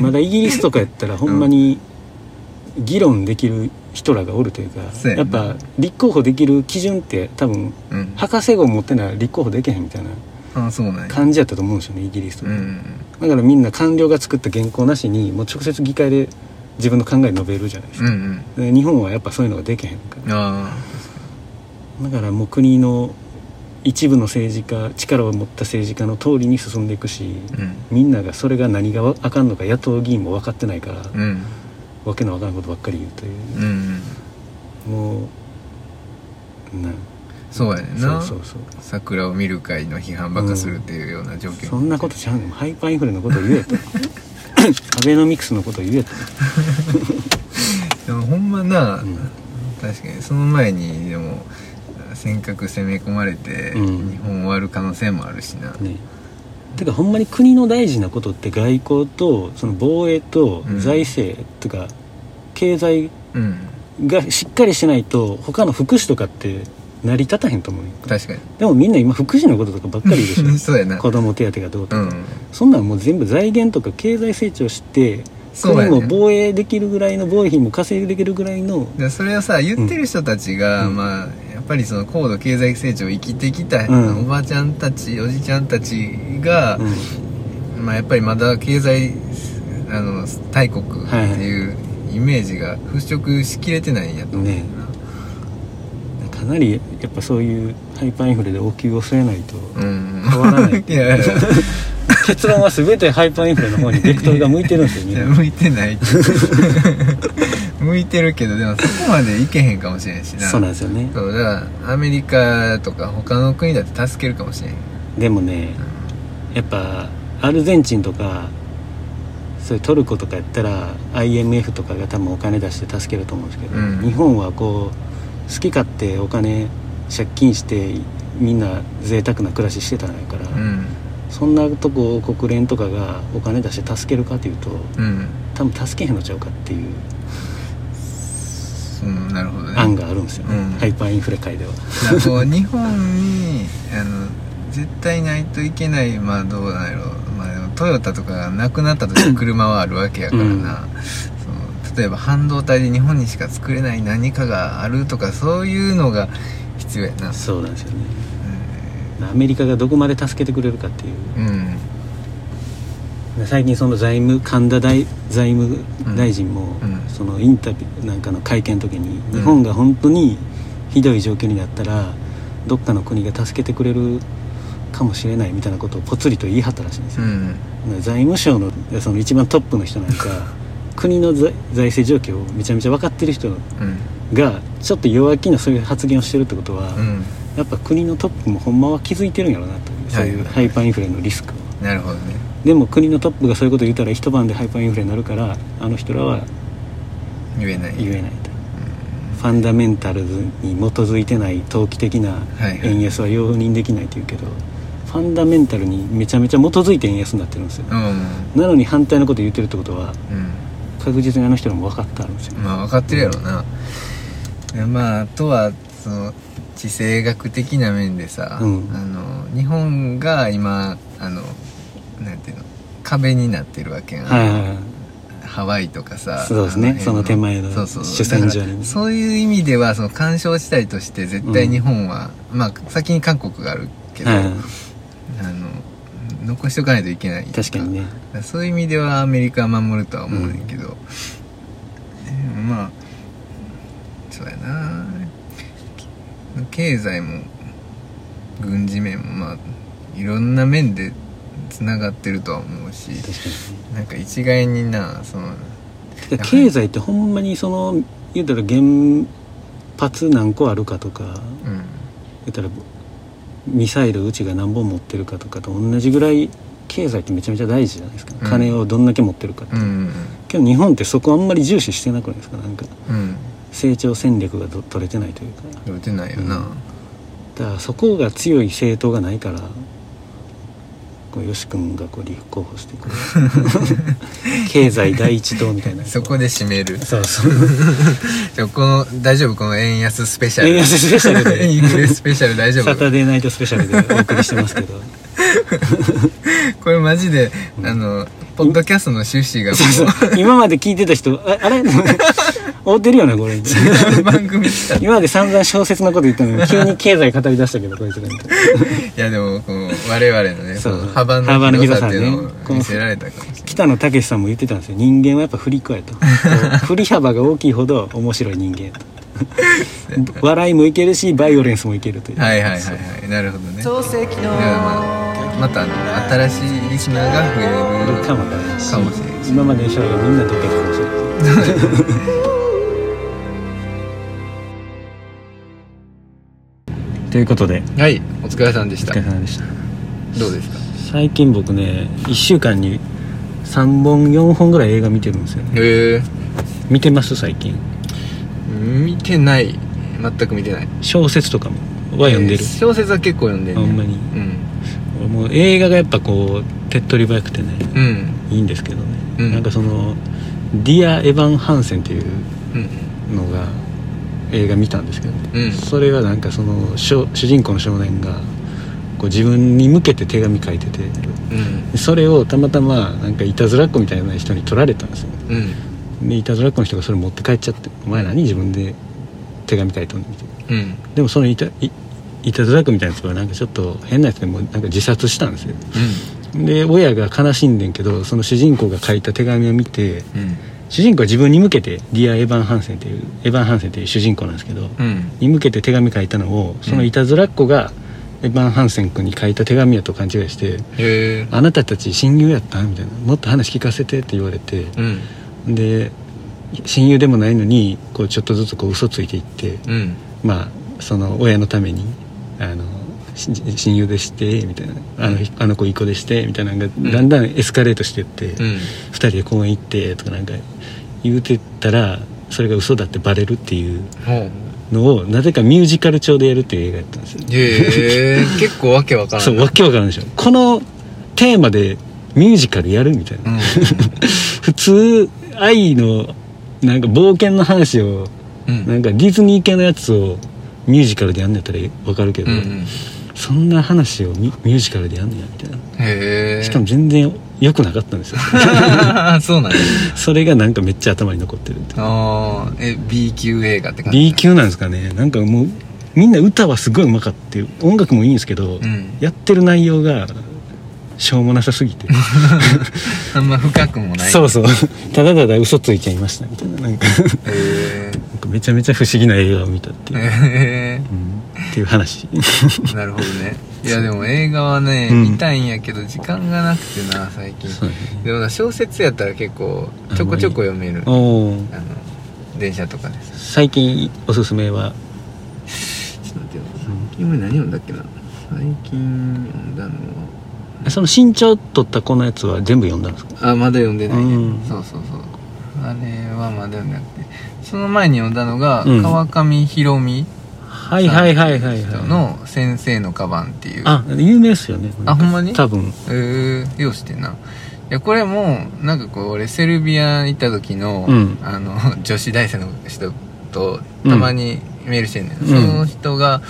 まだイギリスとかやったらほんまに議論できる人らがおるというか、
そうや
や
な
っぱ立候補できる基準って多分
うん
博士号持ってないら立候補できへんみたいな
あそうなんや
感じやったと思うんですよねイギリスと
う
か、
ん
だからみんな官僚が作った原稿なしにもう直接議会で自分の考え述べるじゃないです
うんう
か、
ん
で日本はやっぱそういうのができへんから
あ
だからもう国の一部の政治家力を持った政治家の通りに進んでいくし、
あうん
みんながそれが何がわあかんのか野党議員も分かってないから、
うん
わけのわからんことばっかり言うという
うん、うん
もうな
そうやねんな
そうそう
桜を見る会の批判ばっかするっていうような状
そう
況、
そんなことちゃうねんハイパーインフレのことを言
[LAUGHS]
えとアベノミクスのことを言えと、
でもほんまな、
うん
確かにその前にでも尖閣攻め込まれて、
うん
日本終わる可能性もあるしな、
ねてかほんまに国の大事なことって外交とその防衛と
うん
財政とか経済
うん
がしっかりしないと他の福祉とかって成り立たへんと思うねん
確か
でもみんな今福祉のこととかばっかりでし
に [LAUGHS]
ょ
そうやな
子供手当がどうと
う
か、
ん
そんなんもう全部財源とか経済成長して
そうや
国
ね
も防衛できるぐらいの防衛費も稼いできるぐらいの
でそれをさ言ってる人たちが、
うん
まあやっぱりその高度経済成長を生きてきた、
うん
おばちゃんたちおじちゃんたちが、
う
まあやっぱりまだ経済あの大国っていうイメージが払拭しきれてないんやと思うな、
ねんかなりやっぱそういうハイパーインフレで応急を据えないと
うん
変わらない
いやいや
結論は全てハイパーインフレの方にベクトルが向いてるんですよ
い [LAUGHS] や
ね
向いてない向いてるけどでもそこまでいけへんかもしれんしな
そうなんですよね
そうだからアメリカとか他の国だって助けるかもしれん
でもねやっぱアルゼンチンとかそういうトルコとかやったら IMF とかが多分お金出して助けると思うんですけど、
うん
日本はこう好き勝手お金借金してみんな贅沢な暮らししてたんやから、
うん
そんなとこを国連とかがお金出して助けるかっていうと
うん
多分助けへんのちゃうかっていう
うんなるほどね
案があるんですよね、
うん
ハイパーインフレ界では
だからこう日本にあの絶対ないといけないまあどうなんやろう、まあ、でもトヨタとかがなくなった時に車はあるわけやからな、
うん
その例えば半導体で日本にしか作れない何かがあるとかそういうのが必要やな
そうなんですよねアメリカがどこまで助けてくれるかっていう
うん、うん
で最近その財務神田大財務大臣も、
うんうん
そのインタビューなんかの会見の時に、
うん
日本が本当にひどい状況になったらどっかの国が助けてくれるかもしれないみたいなことをぽつりと言い張ったらしいんです
う
よ、
ん
で財務省のその一番トップの人なん
[LAUGHS]
か国の財財政状況をめちゃめちゃ分かってる人
うん
がちょっと弱気なそういう発言をしてるってことは、
うん
やっぱ国のトップもほんまは気づいてるんやろうなというそういう
はい
ハイパーインフレのリスクを。
なるほどね
でも国のトップがそういうこと言ったら一晩でハイパーインフレになるからあの人らは
言えない
言えないと、ファンダメンタルズに基づいてない投機的ない
はい
円安は容認できないと言うけど、ファンダメンタルにめちゃめちゃ基づいて円安になってるんですよ、
うん
なのに反対のこと言ってるってことは
う
確実にあの人らも分かってあるんですよ、
んまあ分かってるやろな、でまああとはその地政学的な面でさ、
うん
あの日本が今あのなんていうの壁になってるわけやん、
はいはいはい
ハワイとかさ
そうですね
あ辺
その手前の
そうそう
主戦場
だ
に
からそういう意味ではその干渉地帯として絶対日本は、まあ先に韓国があるけど、
はいは
あの残しておかないといけない
い確かにね
そういう意味ではアメリカは守るとは思うねんけど、でもまあそうやな経済も軍事面もまあいろんな面でつながってるとは思うし
確かにね
なんか一概になその
てか経済ってほんまにその言うたら原発何個あるかとか
うん
言ったらミサイルうちが何本持ってるかとかと同じぐらい経済ってめちゃめちゃ大事じゃないですか、
うん
金をどんだけ持ってるかって、
うん
けど日本ってそこあんまり重視してなくないですかなんか
うん
成長戦略がど取れてないというか
うんてないよな、
うんだからそこが強い政党がないからこうよし君がこう立候補してくる
[LAUGHS]
経済第一党みたいな
そこで締める
そうそう
じゃあこの大丈夫この円安スペシャル
円安スペシャルで
インフレスペシャル大丈
サ
夫
タデーナイトスペシャルでお送りしてますけど
これマジで、
うん
あのポッドキャストの趣旨がも
そうそう今まで聞いてた人
[LAUGHS]
ああれ合うてるよなこれ
う番組来たい
今まで散々小説のこと言った [LAUGHS] のに急に経済語り出したけどこいつがみたいな
やでもこう我々のね
そう
この幅の広さっていうの
幅の広さね
を見せられたかもしれ
北野武さんも言ってたんですよ人間はやっぱ振り子や [LAUGHS] とこう振り幅が大きいほど面白い人間やと [LAUGHS] 笑いもいけるしバイオレンスもいけるという
ないはいはい
そう
はいはいなるほどねいや
漱石の
まあまたあの新しいリスナーが増え
いる
る
かもわからないし
かもしれない
今までの人がみんなどっか行くかもしれないということで
はいお疲れさんでし
お
た
[LAUGHS] 疲れ様でした
どうですか
最近僕ね1週間に3本4本ぐらい映画見てるんですよね
え
見てます最近
ー、見てない全く見てない
小説とかもは読んで
え
る
ー、小説は結構読んで
あほん
ん
ま
ね
に
うん
もう映画がやっぱこう手っ取り早くてね
うん
いいんですけどね、
うん
なんかその「ディア・エヴァン・ハンセン」っていう
うん
のが映画見たんですけど、ね
うん
それはなんかその少主人公の少年がこう自分に向けて手紙書いてて
うん
それをたまたまなんかいたずらっ子みたいな人に取られたんですよね
うん
でいたずらっ子の人がそれ持って帰っちゃって「お前何自分で手紙書いとんねん」みたいな
うん
でもそのいたいいたずらっ子みたいなやつはなんかちょっと変なやつでもうなんか自殺したんですよで親が悲しんでんけどその主人公が書いた手紙を見て
うんうん
主人公は自分に向けて「ディア・エヴァン・ハンセン」っていうエヴァン・ハンセンっていう主人公なんですけど、
うん
に向けて手紙書いたのをそのいたずらっ子がエヴァン・ハンセン君に書いた手紙やと勘違いして
へえ
「あなたたち親友やった?」みたいな「もっと話聞かせて」って言われて、
うん
で親友でもないのにこうちょっとずつこう嘘ついていって、
うん
まあその親のためにあのし親友でしてみたいなあの,、あの子いい子でしてみたいなのが
ん
だんだんエスカレートしていって、
う
二
ん
人で公園行ってとかなんか言うてたらそれが嘘だってバレるっていう
ほう
のをなぜかミュージカル調でやるっていう映画やったんですよ
へえ結構わけわからん
[LAUGHS] そう
な
わけわからんでしょこのテーマでミュージカルやるみたいな、
うん
[LAUGHS] 普通愛のなんか冒険の話を、
うん
なんかディズニー系のやつをミュージカルでやんねやったらわかるけ
う
ど、
んうん
そんな話をミミュージカルでやんねやみたいな、
へえ
しかも全然良くなかったんですよ
[LAUGHS] そうなんや
それがなんかめっちゃ頭に残ってるって
あーえ B 級映画って感じ
B 級なんですかねなんかもうみんな歌はすごいうまかって音楽もいいんですけど、
うん
やってる内容がしょうもなさ
[LAUGHS]
すぎて
[LAUGHS] あんま深くもない
そうそうただただ嘘ついちゃいましたみたいななんか
へ
なんかめちゃめちゃ不思議な映画を見たって
え
いう、
へ
うんっていう話 [LAUGHS]
えなるほどねいやでも映画はね、
うん
見たいんやけど時間がなくてな最近
そうね
でもな小説やったら結構ちょこちょこ読めるあ
おー
の電車とかでさ
最近おすすめは
ちょっと待ってよ最近俺何読んだっけな最近読んだのは
その身長取った子のやつは全部読んだんですか
あまだ読んでないね、
うん
そうそうそうあれはまだ読んでなくてその前に読んだのが、
うん
川上博美
はいはいはいはい
人
はい
の「先生のカバン」っていう
あ有名っすよね
あほんまに
多分
えー、ようしてんないやこれもなんかこう俺セルビア行った時の,、
うん
あの [LAUGHS] 女子大生の人とたまにメールしてんねん、その人が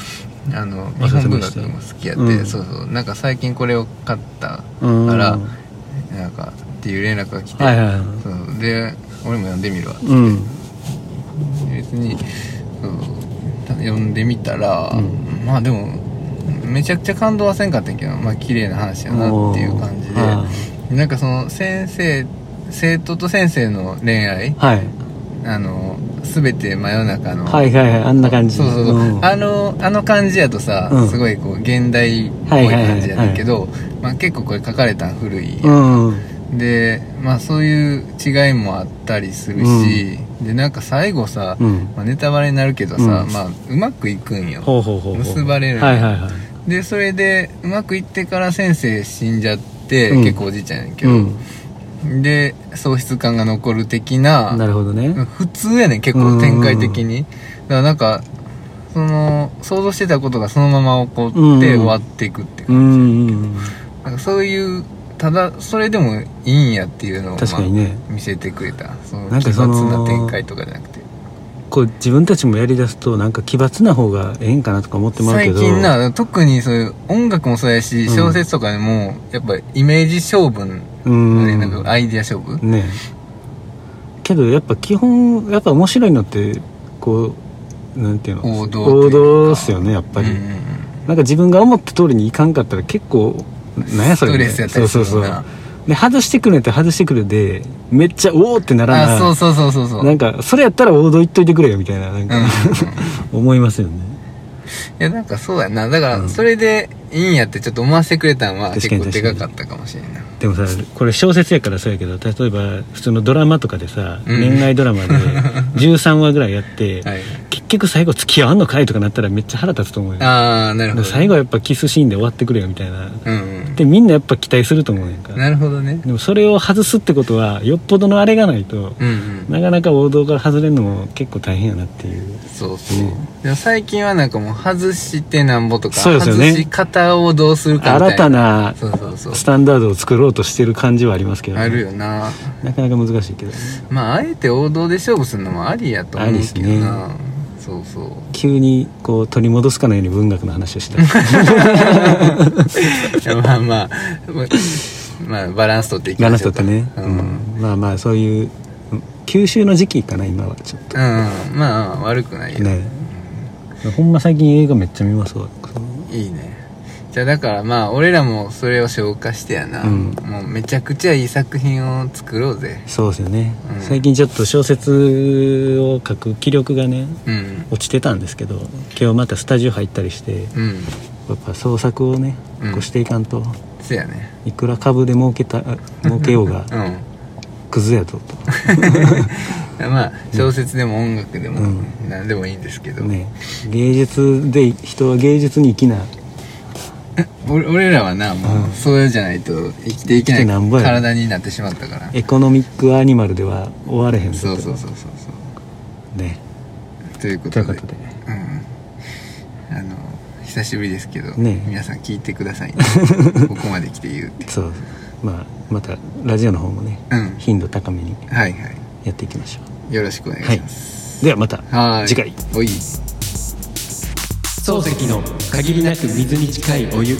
あの
お
日
すす
本
め
文
して
学も好きやって、
うん
そうそうなんか最近これを買った
うん
あらなんかっていう連絡が来て、
はいはいはい
そうで俺も読んでみるわ
うん
別にそうた読んでみたら、
うん
まあでもめちゃくちゃ感動はせんかったんやけどまあ綺麗な話やなっていう感じで、
は
なんかその先生生徒と先生の恋愛
いはい
あの全て真夜中の、
はいはいはいあんな感じ
そうそうそう、
ん
あのあの感じやとさ、
うん
すごいこう現代っぽい感じやねんけど、まあ、結構これ書かれたん古いやん
うん
でまあそういう違いもあったりするし、でなんか最後さ、
うん
まあ、ネタバレになるけどさ、
うん
まあうまくいくんよ
ほうほうほうほう
結ばれる
はいはいはい
でそれでうまくいってから先生死んじゃって、
うん
結構おじいちゃんやけ
う
ど、
ん
で喪失感が残る的な
なるほどね
普通やねん結構展開的に、だからなんかその想像してたことがそのまま起こって
うん
終わっていくっていう
うんうんうん
なんかそういうただそれでもいいんやっていうのを、
確かにね
見せてくれたその
なん
奇
かそ
抜
の
な展開とかじゃなくて
こう自分たちもやりだすとなんか奇抜な方がええんかなとか思ってもらうけ
最
ど
近な特にそういう音楽もそうやし
うん
小説とかでもやっぱイメージ勝負の
うん
ねなんかアイディア勝負
ねけどやっぱ基本やっぱ面白いのってこうなんていうの
王道というか
っすよねやっぱり、
うんうんうん
なんか自分が思った通りにいかんかったら結構なんや
ス
それ
ト
み
レ
いな
スやったりする
そう
もん
そうそ
な
うで外してくれて外してくれてめっちゃおおってなら
あ
な
そうそうそうそうそう
なんかそれやったら王道言っといてくれよみたい
[LAUGHS]
ななんか、 [LAUGHS] 思いますよね
いやなんかそうやなだか
う
ら
ん
それでいいんやってちょっと思わせてくれたのは結
確かに
構で
確か
か
に
かったかもしれんない
でもさこれ小説やからそうやけど例えば普通のドラマとかでさ、
うん
恋愛ドラマ
[LAUGHS]
で13話ぐらいやって、
はい
結局最後付き合わんのかいとかなったらめっちゃ腹立つと思うよ
ああなるほど
最後はやっぱキスシーンで終わってくれよみたいな
うん
でみんなやっぱ期待すると思うやんか
うんなるほどね
でもそれを外すってことはよっぽどのあれがないと、
うんうん
なかなか王道から外れるのも結構大変やなっていう
そうそう、
うん
でも最近はなんかもう外してなんぼとか、
そうですよね
外し方をどうするかみたいな
新たな
そうそうそう
スタンダードを作ろうとしてる感じはありますけどね、
あるよな
なかなか難しいけどね
まああえて王道で勝負するのもありやと思うけどな、そうそう [LAUGHS]
急にこう取り戻すかのように文学の話をした
[LAUGHS] いやまあまあまあバランス取っていき
バラ
ま
ンス
しょ
と
う
っ
か [LAUGHS]
てね、
う、
うん
うん
んまあまあそういう吸収の時期かな今はちょっと
まあまあ悪くないよ、
ねほんま最近映画めっちゃ見ますわ
いいねじゃあだからまあ俺らもそれを消化してやな、
うん
もうめちゃくちゃいい作品を作ろうぜ
そうですよね、
うん
最近ちょっと小説を書く気力がね
うん
落ちてたんですけど今日またスタジオ入ったりしてや
うん
っぱ創作をね
うん
こうしていかんと、
そやね
いくら株で儲けたあ儲けよう [LAUGHS] が
うん
クズやぞと
まあ小説でも音楽でも、
うん
何でもいいんですけど、
ね芸術で人は芸術に生きな
俺俺らはなもうそういうじゃないと生きていけ
生きて
な
ないんぼや
体になってしまったから
エコノミックアニマルでは終われへんぞ
そう
と
そうそうそうそう
ね
ということと
い
で
うことで
うん久しぶりですけど、
ねえ
皆さん聞いてくださいね
[LAUGHS]
ここまで来て言うって
そうまあまたラジオの方もね
うん
頻度高めに
はいは
やっていきましょう
いよろしくお願いします
ではまた
はーい
次回
おい
漱石の限りなく水に近いお湯